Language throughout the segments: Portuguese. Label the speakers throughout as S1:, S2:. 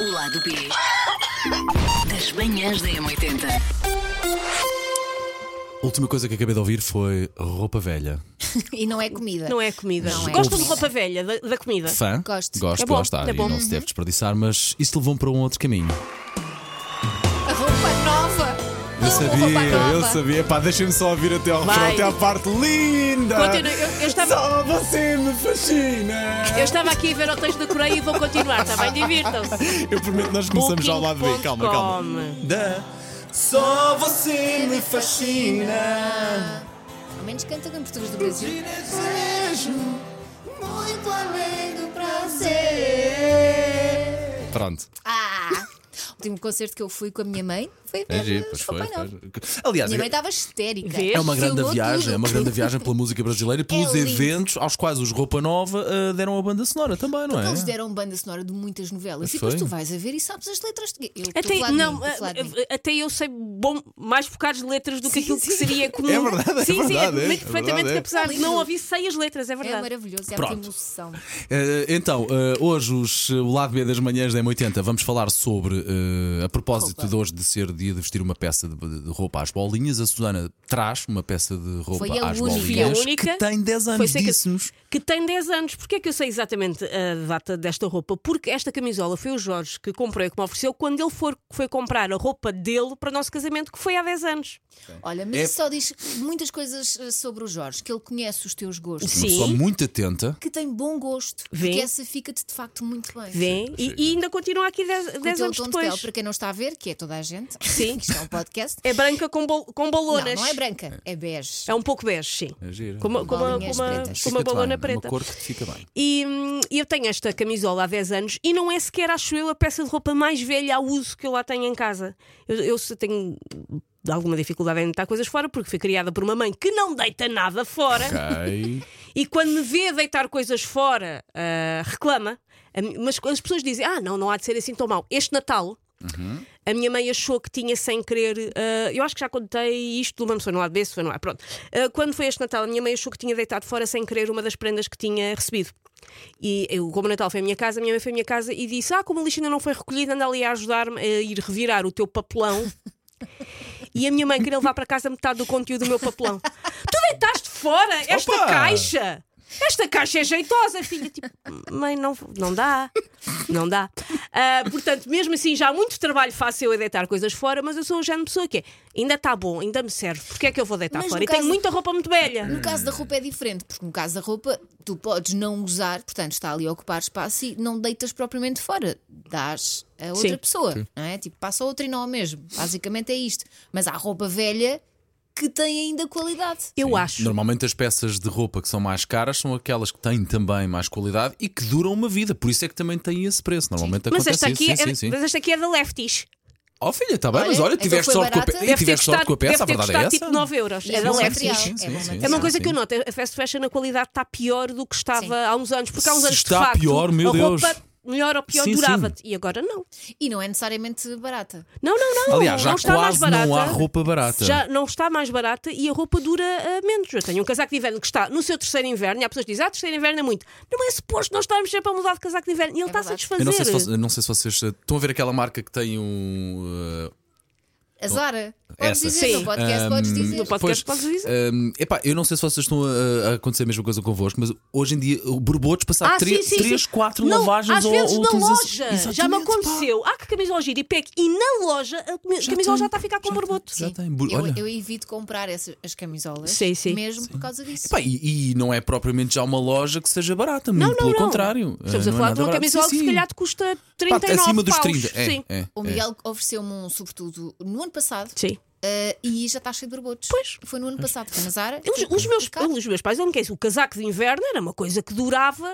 S1: O lado B das manhãs da M80.
S2: A última coisa que acabei de ouvir foi roupa velha.
S3: E não é comida.
S4: Não é comida.
S3: Não é
S4: Gostam de
S3: comida.
S4: roupa velha, da, da comida?
S2: Fã?
S3: Gosto.
S2: Gosto,
S4: É bom,
S2: lá está.
S4: é bom.
S2: E não se deve desperdiçar, mas isso levou-me para um outro caminho.
S3: A roupa nova.
S2: Eu
S3: Amo roupa
S2: sabia,
S3: nova.
S2: eu sabia. Pá, deixem-me só ouvir até ao
S4: Vai.
S2: refrão, até à parte linda.
S4: Continua, eu, eu estava,
S2: Só você me fascina.
S4: eu estava aqui a ver o texto da Coreia e vou continuar, está bem? Divirtam-se.
S2: Eu prometo, nós começamos já ao lado B. Calma, calma.
S4: Booking.com.
S2: Da. Só você me fascina.
S3: Ao menos canta em português do Brasil. Muito além do prazer.
S2: Pronto.
S3: Ah! O último concerto que eu fui com a minha mãe foi
S2: É
S3: ver
S2: giro,
S3: os
S2: pois
S3: Papai
S2: foi.
S3: Noel.
S2: pois. Aliás,
S3: Minha mãe estava histérica.
S4: Vês?
S2: É uma grande
S3: Filmou
S2: viagem,
S3: tudo.
S2: é uma grande viagem pela música brasileira e pelos
S3: É lindo.
S2: eventos aos quais os Roupa Nova ah, deram a banda sonora também, não é?
S3: Eles deram banda sonora de muitas novelas.
S2: Pois
S3: e depois
S2: foi.
S3: tu vais a ver e sabes as letras. de- Eu, estou a
S4: Até,
S3: falar de
S4: É não, é
S3: mim, estou a falar de mim.
S4: a- a- até eu sei bom, mais bocados de letras do que
S3: Sim,
S4: aquilo que
S3: sim.
S4: seria comum.
S2: É verdade, é
S4: sim, sim,
S2: verdade, é,
S4: admito
S2: é
S4: perfeitamente
S2: verdade, é.
S4: que apesar de não ouvir, sei as letras, é
S3: É
S4: verdade.
S3: maravilhoso, é
S2: Pronto.
S3: muita emoção.
S2: Eh, então, eh, hoje os- o lado B das manhãs da M80 vamos falar sobre, eh, a propósito
S3: Roupa.
S2: de hoje de ser dia de vestir uma peça de, de roupa às bolinhas, a Susana traz uma peça de roupa
S3: Foi a
S2: às
S3: única.
S4: Fui a
S2: bolinhas
S4: única.
S2: que tem 10
S4: Foi
S2: anos,
S4: cerca de-
S2: disse-nos.
S4: Que tem 10 anos. Porquê é que eu sei exatamente a data desta roupa? Porque esta camisola foi o Jorge que comprou e que me ofereceu quando ele for, foi comprar a roupa dele para o nosso casamento, que foi há 10 anos.
S3: Olha, mas
S2: É-
S3: isso só diz muitas coisas eh, sobre o Jorge, que ele conhece os teus gostos.
S4: Sim.
S2: Uma pessoa muito atenta.
S3: Que tem bom gosto,
S4: Vê.
S3: porque essa fica-te de facto muito bem.
S4: Vem e, e ainda continua aqui 10
S3: O teu
S4: anos
S3: tom de pele,
S4: depois.
S3: é para quem não está a ver, que é toda a gente,
S4: Sim.
S3: isto é um podcast.
S4: É branca com, bol- com
S3: não,
S4: balonas.
S3: não é branca, é bege.
S4: É um pouco bege, sim.
S2: É giro.
S4: Com uma, com uma, com
S3: Bolinhas
S4: uma-
S3: pretas.
S4: com uma
S2: Fica-te
S4: balona
S2: bem,
S4: preta.
S2: Uma cor que te fica bem.
S4: E hum, eu tenho esta camisola há 10 anos e não é sequer, acho eu, a peça de roupa mais velha a uso que eu lá tenho em casa. Eu, eu se tenho alguma dificuldade em deitar coisas fora porque fui criada por uma mãe que não deita nada fora
S2: Ok.
S4: e quando me vê deitar coisas fora ah, reclama. A mi- Mas as pessoas dizem: Ah, não, não há de ser assim tão mau. Este Natal. A minha mãe achou que tinha sem querer. ah, eu acho que já contei isto de uma pessoa no lado B, se foi no ar. Pronto. Ah, quando foi este Natal, a minha mãe achou que tinha deitado fora sem querer uma das prendas que tinha recebido. E eu, como o Natal foi à minha casa, a minha mãe foi à minha casa e disse: Ah, como a lixa ainda não foi recolhida, anda ali a ajudar-me a ir revirar o teu papelão. e a minha mãe queria levar para casa metade do conteúdo do meu papelão. tu deitaste fora esta
S2: Opa!
S4: caixa! Esta caixa é jeitosa, filha. Tipo, mãe, não, não dá. Não dá. Ah, portanto, mesmo assim, já há muito trabalho fácil eu a deitar coisas fora, mas eu sou o género de pessoa que é. Ainda está bom, ainda me serve. Porquê é que eu vou deitar
S3: Mas
S4: fora?
S3: no
S4: E tenho
S3: caso-
S4: muita roupa muito velha.
S3: No caso da roupa é diferente, porque no caso da roupa tu podes não usar, portanto está ali a ocupar espaço e não deitas propriamente fora, dás a outra
S4: Sim.
S3: pessoa, não é? Tipo, passa a outra e não ao mesmo. Basicamente é isto. Mas há roupa velha que tem ainda qualidade.
S4: Eu acho.
S2: Normalmente as peças de roupa que são mais caras são aquelas que têm também mais qualidade e que duram uma vida, por isso é que também têm esse preço. Normalmente
S4: Mas
S2: acontece
S4: esta, aqui
S2: isso.
S4: é,
S2: Sim, sim, sim.
S4: mas esta aqui é da Lefties.
S2: Oh filha, está bem,
S3: Olha,
S2: mas olha,
S3: então
S2: tiveste
S3: foi
S2: sorte com a
S3: barata.
S2: peça. E
S4: Deve ter
S2: tiveste sorte
S4: custado-
S2: com a peça,
S4: deve
S2: a
S4: ter
S2: verdade é
S4: custado
S2: essa.
S4: tipo 9 euros.
S3: E
S4: é da
S3: bom
S4: Lefties.
S3: material.
S2: Sim, sim,
S3: é bom
S2: sim,
S3: material.
S4: É uma
S2: Sim,
S4: coisa
S2: sim.
S4: que eu noto, a fast fashion a qualidade está pior do que estava
S3: Sim.
S4: há uns anos, porque há uns
S2: Se
S4: anos
S2: está
S4: de facto,
S2: pior, meu
S4: a
S2: Deus.
S4: roupa melhor ou pior
S2: Sim, sim.
S4: durava-te e agora não.
S3: E não é necessariamente barata.
S4: Não, não, não.
S2: Aliás, já
S4: não está mais
S2: quase
S4: barata.
S2: não há roupa barata.
S4: Já não está mais barata e a roupa dura ah, menos. Eu tenho um casaco de inverno que está no seu terceiro inverno e há pessoas que dizem, ah, terceiro inverno é muito. Não é suposto nós estarmos sempre a mudar de casaco de inverno e ele está a
S3: verdade.
S4: satisfazer.
S2: Eu não sei, se vocês, eu não sei se vocês eh, estão a ver aquela marca que tem um. eh,
S3: A Zara, podes
S2: Essa.
S3: dizer,
S4: Sim.
S3: no podcast podes dizer.
S4: No podcast
S2: Pois,
S4: podes dizer.
S2: ehm, epá, eu não sei se vocês estão a, a acontecer a mesma coisa convosco, mas hoje em dia, o borbotos passar
S4: Ah,
S2: 3,
S4: sim, sim, sim.
S2: 4
S4: Não,
S2: lavagens
S4: Às
S2: ou,
S4: vezes
S2: ou
S4: na
S2: utilização-
S4: loja. Já me
S2: Exatamente, pá.
S4: aconteceu. Há que camisola gira e pegue e na loja a cami-
S2: Já
S4: camisola
S2: tem,
S4: já está a ficar com
S2: já
S4: borboto.
S2: tem, Já
S3: Sim.
S2: tem. bor-
S3: eu,
S2: Olha.
S3: eu evito comprar essas as camisolas
S4: Sim, sim.
S3: mesmo por causa disso.
S2: Pá, e, e não é propriamente já uma loja que seja barata, muito
S4: não,
S2: pelo
S4: não.
S2: contrário.
S4: Estamos
S2: Eh, não
S4: a
S2: é
S4: falar
S2: nada
S4: de uma
S2: barato.
S4: camisola
S2: Sim,
S4: que se
S2: sim.
S4: calhar te custa
S2: Pá,
S4: 39
S2: tá acima dos
S4: paus.
S2: 30. É,
S4: Sim.
S2: é,
S3: o
S2: é.
S3: Miguel ofereceu-me um sobretudo no ano passado
S4: Sim.
S3: eh, e já está cheio de borbotos.
S4: Pois.
S3: Foi no ano passado, foi na Zara. Tipo,
S4: Os,
S2: Tipo,
S4: os meus, os meus pais, eu não quero o casaco de inverno era uma coisa que durava.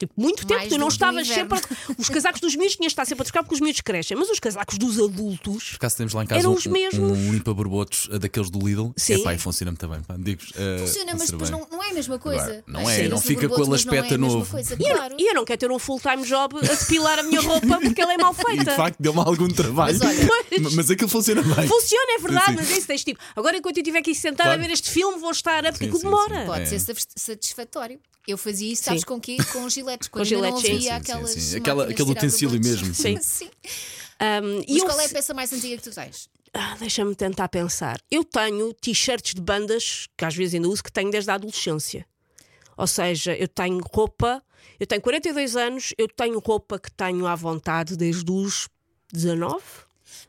S4: Tipo, muito tempo,
S3: Mais
S4: tu
S3: do
S4: não
S3: que do
S4: estavas sempre.
S3: inverno.
S4: a- Os casacos dos miúdos tinhas de estar sempre a trocar porque os miúdos crescem, mas os casacos dos adultos.
S2: Por acaso temos lá em casa
S4: Eram
S2: um,
S4: os mesmos.
S2: um limpa-borbotos eh, daqueles do Lidl.
S4: Sim.
S2: Epá, e funciona-me também. pá, digo-vos, eh,
S3: Funciona, mas depois
S2: bem.
S3: não, não é a mesma coisa.
S2: Agora, não é,
S3: Sim.
S2: não
S3: Mas o
S2: fica com
S3: borboto,
S2: ele
S3: mas não é a
S2: aspecto
S3: mesma
S2: novo.
S3: coisa,
S4: E eu,
S3: claro.
S4: e eu não quero ter um full-time job a depilar a minha roupa porque ela é mal
S2: E de
S4: feita.
S2: facto deu-me algum trabalho.
S3: Mas olha-
S2: Ma- mas aquilo funciona bem.
S4: Funciona, é verdade,
S2: Sim.
S4: mas isso tens tipo. Agora enquanto eu estiver aqui sentada
S2: Claro.
S4: a ver este filme, vou estar a. Porque
S2: Sim,
S4: aquilo
S2: sim,
S4: demora.
S2: sim.
S3: Pode
S2: É.
S3: ser satis- satisfatório. Eu fazia isso, sabes
S4: Sim.
S3: com quê? Com giletes. Quando ainda
S4: giletes,
S3: não
S4: sim.
S3: havia
S4: Sim,
S2: sim,
S3: aquelas.
S2: sim, sim. Aquela-
S3: máquinas
S2: aquele
S3: de tirar
S2: utensílio
S3: produtos.
S2: mesmo,
S4: sim.
S3: sim.
S4: Um, e
S3: Mas
S4: eu
S3: qual é a peça mais antiga que tu tens?
S4: Ah, Deixa-me tentar pensar. Eu tenho t-shirts de bandas, que às vezes ainda uso, que tenho desde a adolescência. Ou seja, eu tenho roupa, eu tenho 42 anos, eu tenho roupa que tenho à vontade desde os 19.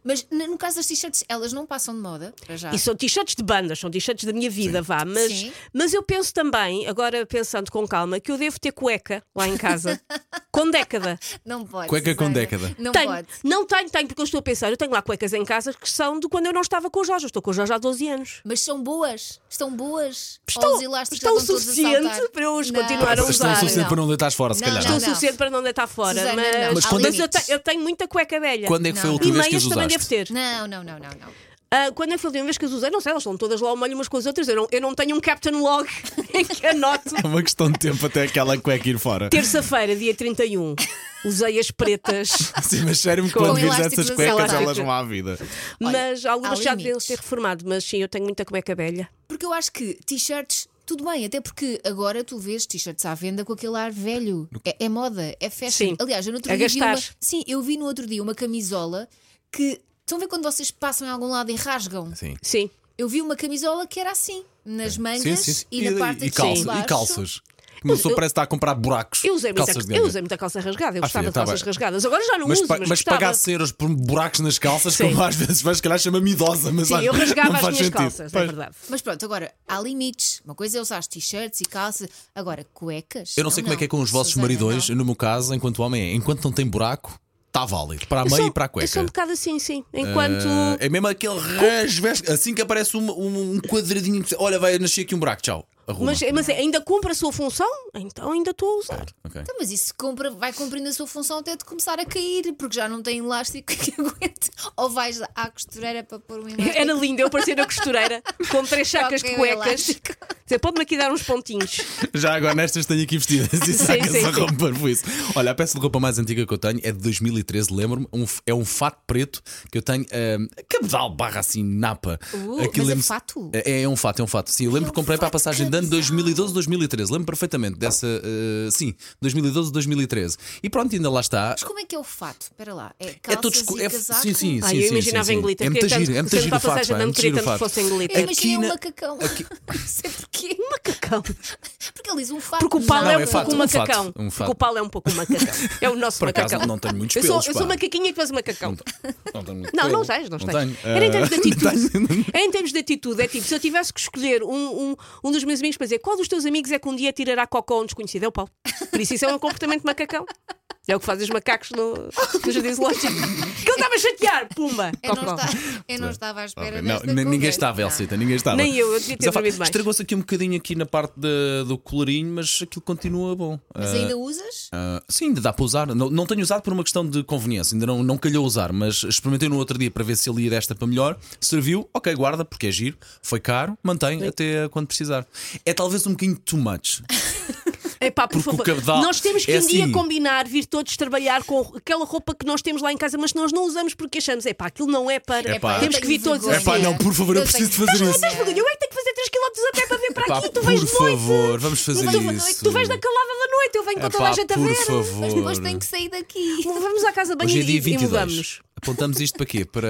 S3: Mas n- no caso das t-shirts, elas não passam de moda, para já.
S4: E são t-shirts de bandas, são t-shirts da minha vida, vá. Mas,
S3: Ah. Sim.
S4: mas eu penso também, agora pensando com calma, que eu devo ter cueca lá em casa, com década.
S3: Não pode.
S2: Cueca com
S3: Susana.
S2: década.
S3: Não
S4: tenho,
S3: pode.
S4: não tenho, tenho, porque eu estou a pensar, eu tenho lá cuecas em casa que são de quando eu não estava com o Jorge, eu estou com o Jorge há 12 anos.
S3: Mas são boas. Estão boas. Ou
S4: Estão,
S3: os elásticos
S4: estão
S3: já
S4: o
S3: estão todos a
S4: suficiente
S3: saltar?
S4: para eu os
S3: Não.
S4: continuar a
S3: Estão
S2: Estão
S4: usar.
S2: o suficiente
S3: Não.
S2: para não deitar fora, se
S3: Não,
S2: calhar.
S4: Estou o
S3: não.
S4: suficiente para não deitar fora.
S3: Susana,
S4: mas
S3: não.
S2: Mas quando- é
S4: mas eu,
S3: limites.
S4: te- eu tenho muita cueca velha.
S2: Quando é que foi a
S3: Não.
S4: e
S2: última vez que
S4: meias
S2: as
S4: também devo
S2: usaste?
S4: ter.
S3: Não, não, não, não, não.
S4: Ah, quando é que foi a última vez que as usei? Não sei, elas estão todas lá uma umas com as outras. Eu não, eu não tenho um Captain Log em que anoto.
S2: É uma questão de tempo até aquela cueca ir fora.
S4: Terça-feira, dia 31, usei as pretas,
S2: Sim, mas sério-me que
S4: Com
S2: quando vires
S3: elásticos
S2: essas
S3: a
S2: cuecas,
S4: saltar.
S2: elas vão à vida.
S3: Olha,
S4: mas
S3: há
S4: algumas já deviam
S3: limites.
S4: ser reformado. Mas sim, eu tenho muita cueca velha.
S3: Porque eu acho que t-shirts, tudo bem, até porque agora tu vês t-shirts à venda com aquele ar velho. É, é moda, é fashion.
S4: Sim.
S3: Aliás, eu no outro
S4: A
S3: dia vi
S4: gastar.
S3: uma, Sim, eu vi no outro dia uma camisola que. Estão a ver quando vocês passam em algum lado e rasgam?
S2: Sim.
S4: Sim.
S3: Eu vi uma camisola que era assim, nas mangas
S2: Sim, sim, sim.
S3: e na parte
S2: e,
S3: de cima
S2: calça-
S3: de baixo.
S2: e calças. Uma pessoa
S4: eu-
S2: parece estar a comprar buracos.
S4: Eu usei, muita,
S2: calças de
S4: eu
S2: ganga.
S4: usei muita calça rasgada. Eu
S2: Ah,
S4: gostava
S2: filha,
S4: de
S2: tá
S4: calças
S2: bem.
S4: rasgadas. Agora já não
S2: Mas,
S4: uso,
S2: pa-
S4: mas,
S2: mas
S4: gostava.
S2: pagar 100 euros por buracos nas calças,
S4: Sim.
S2: como às vezes vais, se calhar, chama-me idosa. Mas
S4: Sim,
S2: olha,
S4: eu rasgava
S2: não
S4: as
S2: faz
S4: minhas
S2: sentido.
S4: calças, é
S2: Pois.
S4: verdade.
S3: Mas pronto, agora há limites. Uma coisa é usar as t-shirts e calças. Agora, cuecas.
S2: Eu não sei como é que é com os vossos
S3: Susana,
S2: maridões.
S3: não.
S2: No meu caso, enquanto homem, é enquanto não tem buraco, está válido. Para a
S4: Eu
S2: meia
S4: sou-
S2: e para a
S4: Eu sou um
S2: cueca.
S4: bocado assim, sim. Enquanto.
S2: Ah, é mesmo aquele rasvés. Assim que aparece um, um- um quadradinho. Olha, vai nascer aqui um buraco. Tchau. Arruma.
S4: mas, mas ainda cumpre a sua função? Então ainda estou a usar.
S2: Ok.
S3: Então, mas isso compra, vai cumprindo a sua função até de começar a cair, porque já não tem elástico que aguente. Ou vais à costureira para pôr um elástico.
S4: É, Era lindo eu parecer a costureira com três sacas de
S3: Toquem o
S4: cuecas.
S3: é elástico.
S4: Dizer, pode-me aqui dar uns pontinhos.
S2: Já agora nestas tenho aqui vestidas é e sacas
S4: sim,
S2: a
S4: sim.
S2: roupa por isso. Olha, a peça de roupa mais antiga que eu tenho é de 2013, lembro-me. Um f- é um fato preto que eu tenho. ahm, cabedal barra assim, napa.
S3: Uh, mas é
S2: lembro-se-
S3: fato?
S2: É, é um fato, é um fato. Sim, eu lembro
S3: é
S2: que
S3: um
S2: comprei para a
S3: fato
S2: passagem de ano
S3: cabedal.
S2: 2012, 2013. Lembro perfeitamente dessa. ah, sim, 2012, 2013. E pronto, ainda lá está.
S3: Mas como é que é o fato? Espera lá. É calças
S2: É todo escuro.
S3: e
S2: É,
S3: casaco?
S2: sim, sim,
S4: Ah,
S2: sim,
S4: eu
S2: sim,
S4: imaginava
S2: sim, sim.
S4: em glitter.
S2: É muito
S4: Queria
S2: giro,
S4: tanto-
S2: é muito
S4: tanto
S2: giro
S4: para
S2: o fato.
S4: passagem,
S2: pá, é
S4: não
S2: muito
S4: queria
S2: giro o
S4: tanto que
S2: fato.
S4: fosse em glitter.
S3: Eu imaginei um
S2: na-
S3: macacão. Não sei porquê.
S4: Um Macacão.
S3: Porque ele diz um fato.
S4: Porque o pau
S3: não.
S4: é
S2: Não,
S4: um
S2: é fato,
S4: pouco um
S2: um fato,
S4: macacão.
S2: um
S4: Porque
S2: fato.
S4: o pau é um pouco um macacão. É o nosso
S2: Por acaso
S4: macacão.
S2: não tenho muitos
S4: eu sou,
S2: pelos,
S4: eu sou
S2: pá.
S4: macaquinha e tu és um macacão.
S2: Não, tenho muito
S4: Não, não
S2: pelo.
S4: tens, não tens.
S2: tenho.
S4: Era em termos de
S2: Ah,
S4: atitude. Era em termos de atitude. É tipo, se eu tivesse que escolher um, um, um dos meus amigos para dizer qual dos teus amigos é que um dia tirará cocó a um desconhecido, é o Paulo. Por isso isso é um comportamento macacão. É o que fazem os macacos no, no jardim zoológico. Que ele estava a chatear, pumba!
S3: Eu É não,
S4: cocó.
S3: estava, eu não estava à espera
S2: Ok,
S3: desta
S2: não, nem- ninguém
S3: conversa.
S2: estava, Elcita, ninguém estava.
S4: Nem eu, eu devia ter
S2: Mas, opa,
S4: dormido mais.
S2: Estragou-se aqui um bocadinho aqui na parte da- do colarinho, mas aquilo continua bom.
S3: Mas
S2: Ah,
S3: ainda usas?
S2: ah, sim, ainda dá para usar. Não, não tenho usado por uma questão de conveniência, ainda não, não calhou usar, mas experimentei no outro dia para ver se ele ia desta para melhor. Serviu, ok, guarda, porque é giro, foi caro, mantém até quando precisar. É talvez um bocadinho too much.
S4: Epá, por
S2: Porque o
S4: favor,
S2: cabedal
S4: nós temos que
S2: é
S4: um dia
S2: assim.
S4: combinar, vir todos trabalhar com aquela roupa que nós temos lá em casa, mas nós não usamos porque achamos, epá, aquilo não é para.
S2: Epá,
S4: temos que vir todos
S2: É
S4: assim.
S2: pá, não, por favor, eu preciso de fazer isso.
S4: Mas, Rodrigo, eu é que tenho que fazer 3 km a pé para vir para
S2: Pá,
S4: aqui. Tu
S2: por
S4: vais de noite.
S2: favor, vamos fazer
S4: tu, vais-
S2: isso.
S4: Tu vais na calada da noite, eu venho com toda a
S2: Epá,
S4: gente a
S2: por
S4: ver.
S2: favor.
S3: Mas depois tenho que sair daqui.
S4: Vamos à casa de banho
S2: Hoje é
S4: e,
S2: dia
S4: e
S2: 22.
S4: mudamos.
S2: Apontamos isto para quê? Para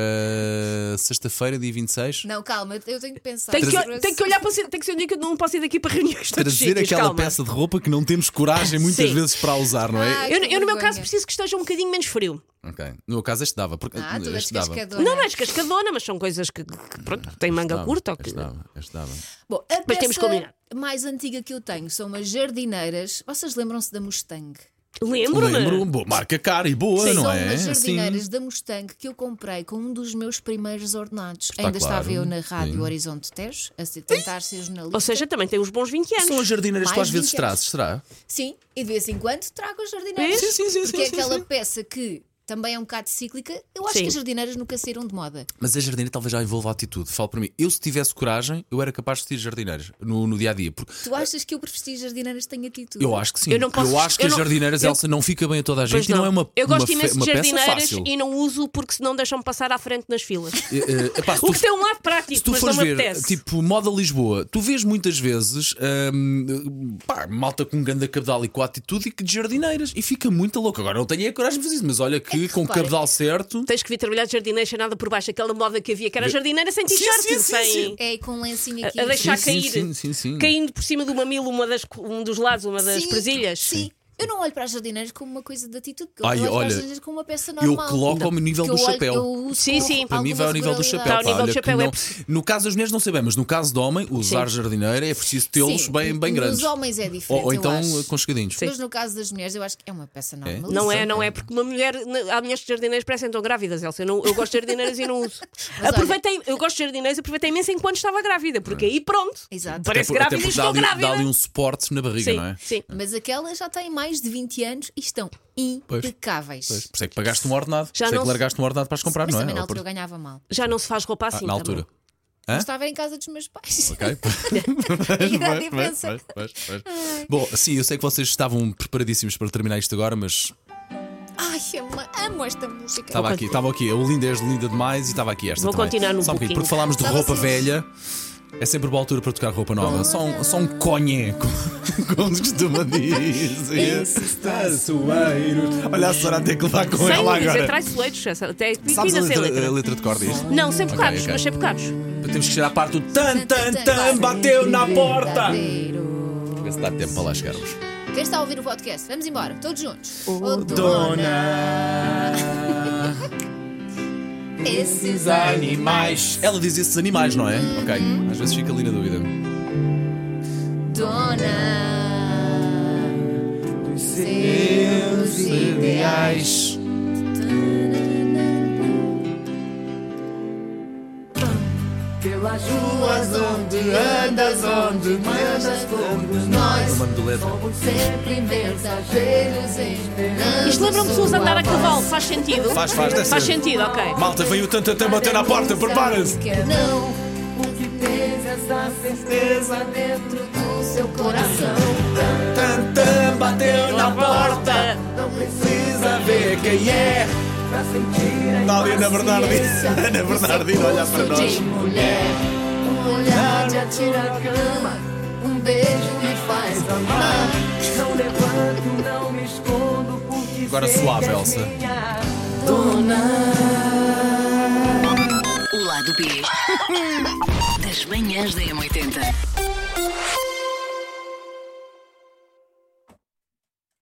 S2: sexta-feira, dia 26?
S3: Não, calma, eu tenho que pensar.
S4: Tem que,
S3: sobre
S4: tem que olhar para ser, tem que ser um dia que eu não posso ir daqui para reuniões de outros
S2: Trazer
S4: sítios,
S2: aquela
S4: calma.
S2: peça de roupa que não temos coragem muitas
S4: Sim. Ah.
S2: vezes para usar, não é?
S3: Ai,
S4: Eu,
S3: que
S4: eu, no meu
S3: vergonha.
S4: caso, preciso que esteja um bocadinho menos frio.
S2: Ok. No meu caso, este dava. Porque,
S3: Ah, tu és
S2: este dava.
S3: cascadona.
S4: Não, não és cascadona, mas são coisas que, que, pronto, têm manga
S2: Dava,
S4: curta. ou Um que-
S2: Este dava. Este dava.
S3: Bom, a
S4: Mas
S3: peça
S4: temos que combinar.
S3: mais antiga que eu tenho são umas jardineiras. Vocês lembram-se da Mustang?
S4: Lembro-me.
S2: Lembro, boa, marca cara e boa,
S3: são
S2: não é?
S3: umas
S2: Sim.
S3: jardineiras da Mustang que eu comprei com um dos meus primeiros ordenados. Ainda
S2: claro.
S3: estava eu na rádio
S2: Sim.
S3: Horizonte Tejo a se- tentar ser jornalista.
S4: Ou seja, também tem os bons 20 anos.
S2: São as jardineiras que tu
S3: Mais
S2: às vezes
S3: 20 anos.
S2: trazes, será?
S3: Sim, e de vez em quando trago as jardineiras.
S2: Sim, sim, sim,
S3: Porque é
S2: sim,
S3: aquela
S2: sim.
S3: peça que também é um bocado cíclica. Eu acho
S4: Sim.
S3: que as jardineiras nunca saíram de moda.
S2: Mas a jardineira talvez já envolva atitude. Falo para mim, eu se tivesse coragem, eu era capaz de ter jardineiras no, no dia a dia. Porque
S3: Tu achas que eu prefiro jardineiras tem atitude?
S2: eu acho que sim.
S4: Eu não posso-
S2: acho que
S4: eu
S2: as
S4: não-
S2: jardineiras,
S4: eu-
S2: Elsa, não fica bem a toda a
S4: Pois
S2: gente e não é uma,
S4: Eu gosto
S2: uma, fe-
S4: imenso
S2: uma
S4: de
S2: peça
S4: jardineiras
S2: fácil.
S4: e não uso porque senão deixam-me passar à frente nas filas.
S2: Eh, eh, epá, se
S4: o
S2: tu
S4: que tem um lado prático,
S2: Se tu
S4: mas
S2: fores
S4: não me
S2: ver,
S4: apetece.
S2: tipo, moda Lisboa, tu vês muitas vezes hum, pá, malta com um ganda cabedal e com atitude e que de jardineiras e fica muito louco. Agora não tenho a coragem de fazer isso, mas olha que,
S3: É que
S2: com o
S3: repara-
S2: cabedal certo.
S4: Tens que vir trabalhar de jardineira sem nada por baixo, aquela moda que havia, que era jardineira sem t-shirt,
S2: sim, sim, sim.
S4: sem.
S3: É, com um lencinho
S4: a-
S3: aqui.
S4: A deixar
S2: Sim,
S4: cair,
S2: sim, sim, sim, sim.
S4: caindo por cima do mamilo uma das, um dos lados, uma das
S3: Sim,
S4: presilhas.
S3: Sim. Eu não olho para as jardineiras como uma coisa de atitude. Eu
S2: Ai,
S3: olho para
S2: olha,
S3: as jardineiras como uma peça normal.
S2: coloco ao nível
S3: Que
S2: do
S3: eu olho-
S2: chapéu.
S3: eu uso
S4: Sim,
S3: com
S4: sim.
S2: Para mim vai ao
S3: alguma
S2: nível do
S3: regularidade.
S2: chapéu.
S4: Está ao
S2: pá,
S4: nível do
S2: olha que
S4: chapéu, é
S2: não- No caso das mulheres não sei bem, mas no caso de homem, usar jardineira é preciso tê-los
S3: Sim,
S2: bem, bem
S3: nos
S2: grandes.
S3: homens é diferente,
S2: Ou, ou
S3: eu
S2: então
S3: acho.
S2: eh, aconchegadinhos.
S4: Sim.
S3: Mas no caso das mulheres, eu acho que é uma peça normal.
S4: Não é, não é, porque uma mulher. Há mulheres de jardineiras que parecem tão grávidas, Elsa. Eu, não- eu gosto de jardineiras e não uso.
S3: olha-
S4: aproveitei, eu gosto de jardineiras e aproveitei imenso enquanto estava grávida,
S2: É.
S4: porque aí pronto.
S3: Exato.
S2: Até
S4: Parece
S2: por- até
S4: grávida e
S2: porque dá
S4: estou
S2: ali-
S4: grávida.
S2: Dá ali um suporte na barriga,
S4: sim,
S2: não é?
S4: sim.
S3: Mas aquelas já têm mais de 20 anos e estão impecáveis.
S2: Pois, Por isso é que pagaste um ordenado. Por
S4: Já
S2: isso é
S4: não
S2: que
S4: se-
S2: largaste um ordenado para as comprar,
S3: Mas
S2: não é?
S3: também na
S2: Ou por-
S3: altura eu ganhava mal.
S4: Já não se faz roupa
S2: Ah,
S4: assim.
S2: na
S4: também.
S2: altura.
S3: Eu estava em casa dos meus pais.
S2: Ok.
S3: E era a
S2: Vai, vai,
S3: diferença.
S2: vai, vai, vai. Bom, sim, eu sei que vocês estavam preparadíssimos para terminar isto agora, mas
S3: Ai, amo- amo esta música.
S2: estava aqui, estava aqui. A Olinda és linda demais e estava aqui esta.
S4: Vou
S2: também.
S4: continuar no
S2: Só um bocadinho,
S4: booking.
S2: porque falámos de
S3: Estava
S2: roupa
S3: assim.
S2: velha. É sempre boa altura para tocar roupa nova. Só um, só um conhe, como- como se costuma dizer. Traiçoeiros. Olha a Sora tem que levar com
S4: Sem
S2: ela
S4: dizer
S2: agora.
S4: traiçoeiros, essa- até
S2: Sabes a
S4: ainda sem
S2: letra, a
S4: letra.
S2: letra de cor disto?
S4: Não, sem bocados,
S2: ok.
S4: mas sem bocados.
S2: Temos que chegar à parte do tan tan tan bateu na porta.
S3: Verdadeiro.
S2: Vê se dá tempo para lá chegarmos.
S3: Quem está a ouvir o podcast? Vamos embora, todos juntos.
S4: Oh,
S2: Dona.
S3: Esses
S2: animais. Ela diz esses animais, não é? Ok. Às vezes fica ali na dúvida.
S3: Dona. Seus
S2: ideais.
S5: Pelas ruas onde andas, onde mandas, todos
S2: É o
S5: nós
S2: nome do letra.
S5: somos sempre mensageiros em esperança.
S4: Isto lembra-me pessoas a andar a cavalo, faz sentido?
S2: Faz, faz, deve
S4: Faz
S2: ser.
S4: sentido, ok.
S2: Malta, veio tanto até bater na porta, preparem-se!
S5: Que é não, o que tens essa certeza dentro do seu coração.
S2: Tantan bateu na porta,
S5: Não precisa
S2: precisa ver quem é!
S5: pra sentir a
S2: Está ali Ana Bernardino,
S5: impaciência.
S2: Ana Bernardino, olha para
S5: de
S2: nós.
S5: mulher, um olhar de atira a cama, um beijo me faz amar. Não levanto, não me escondo, porque
S2: Agora
S5: sei
S2: suave,
S5: que és
S2: Elsa.
S5: minha Dona.
S1: O lado B das manhãs da M80.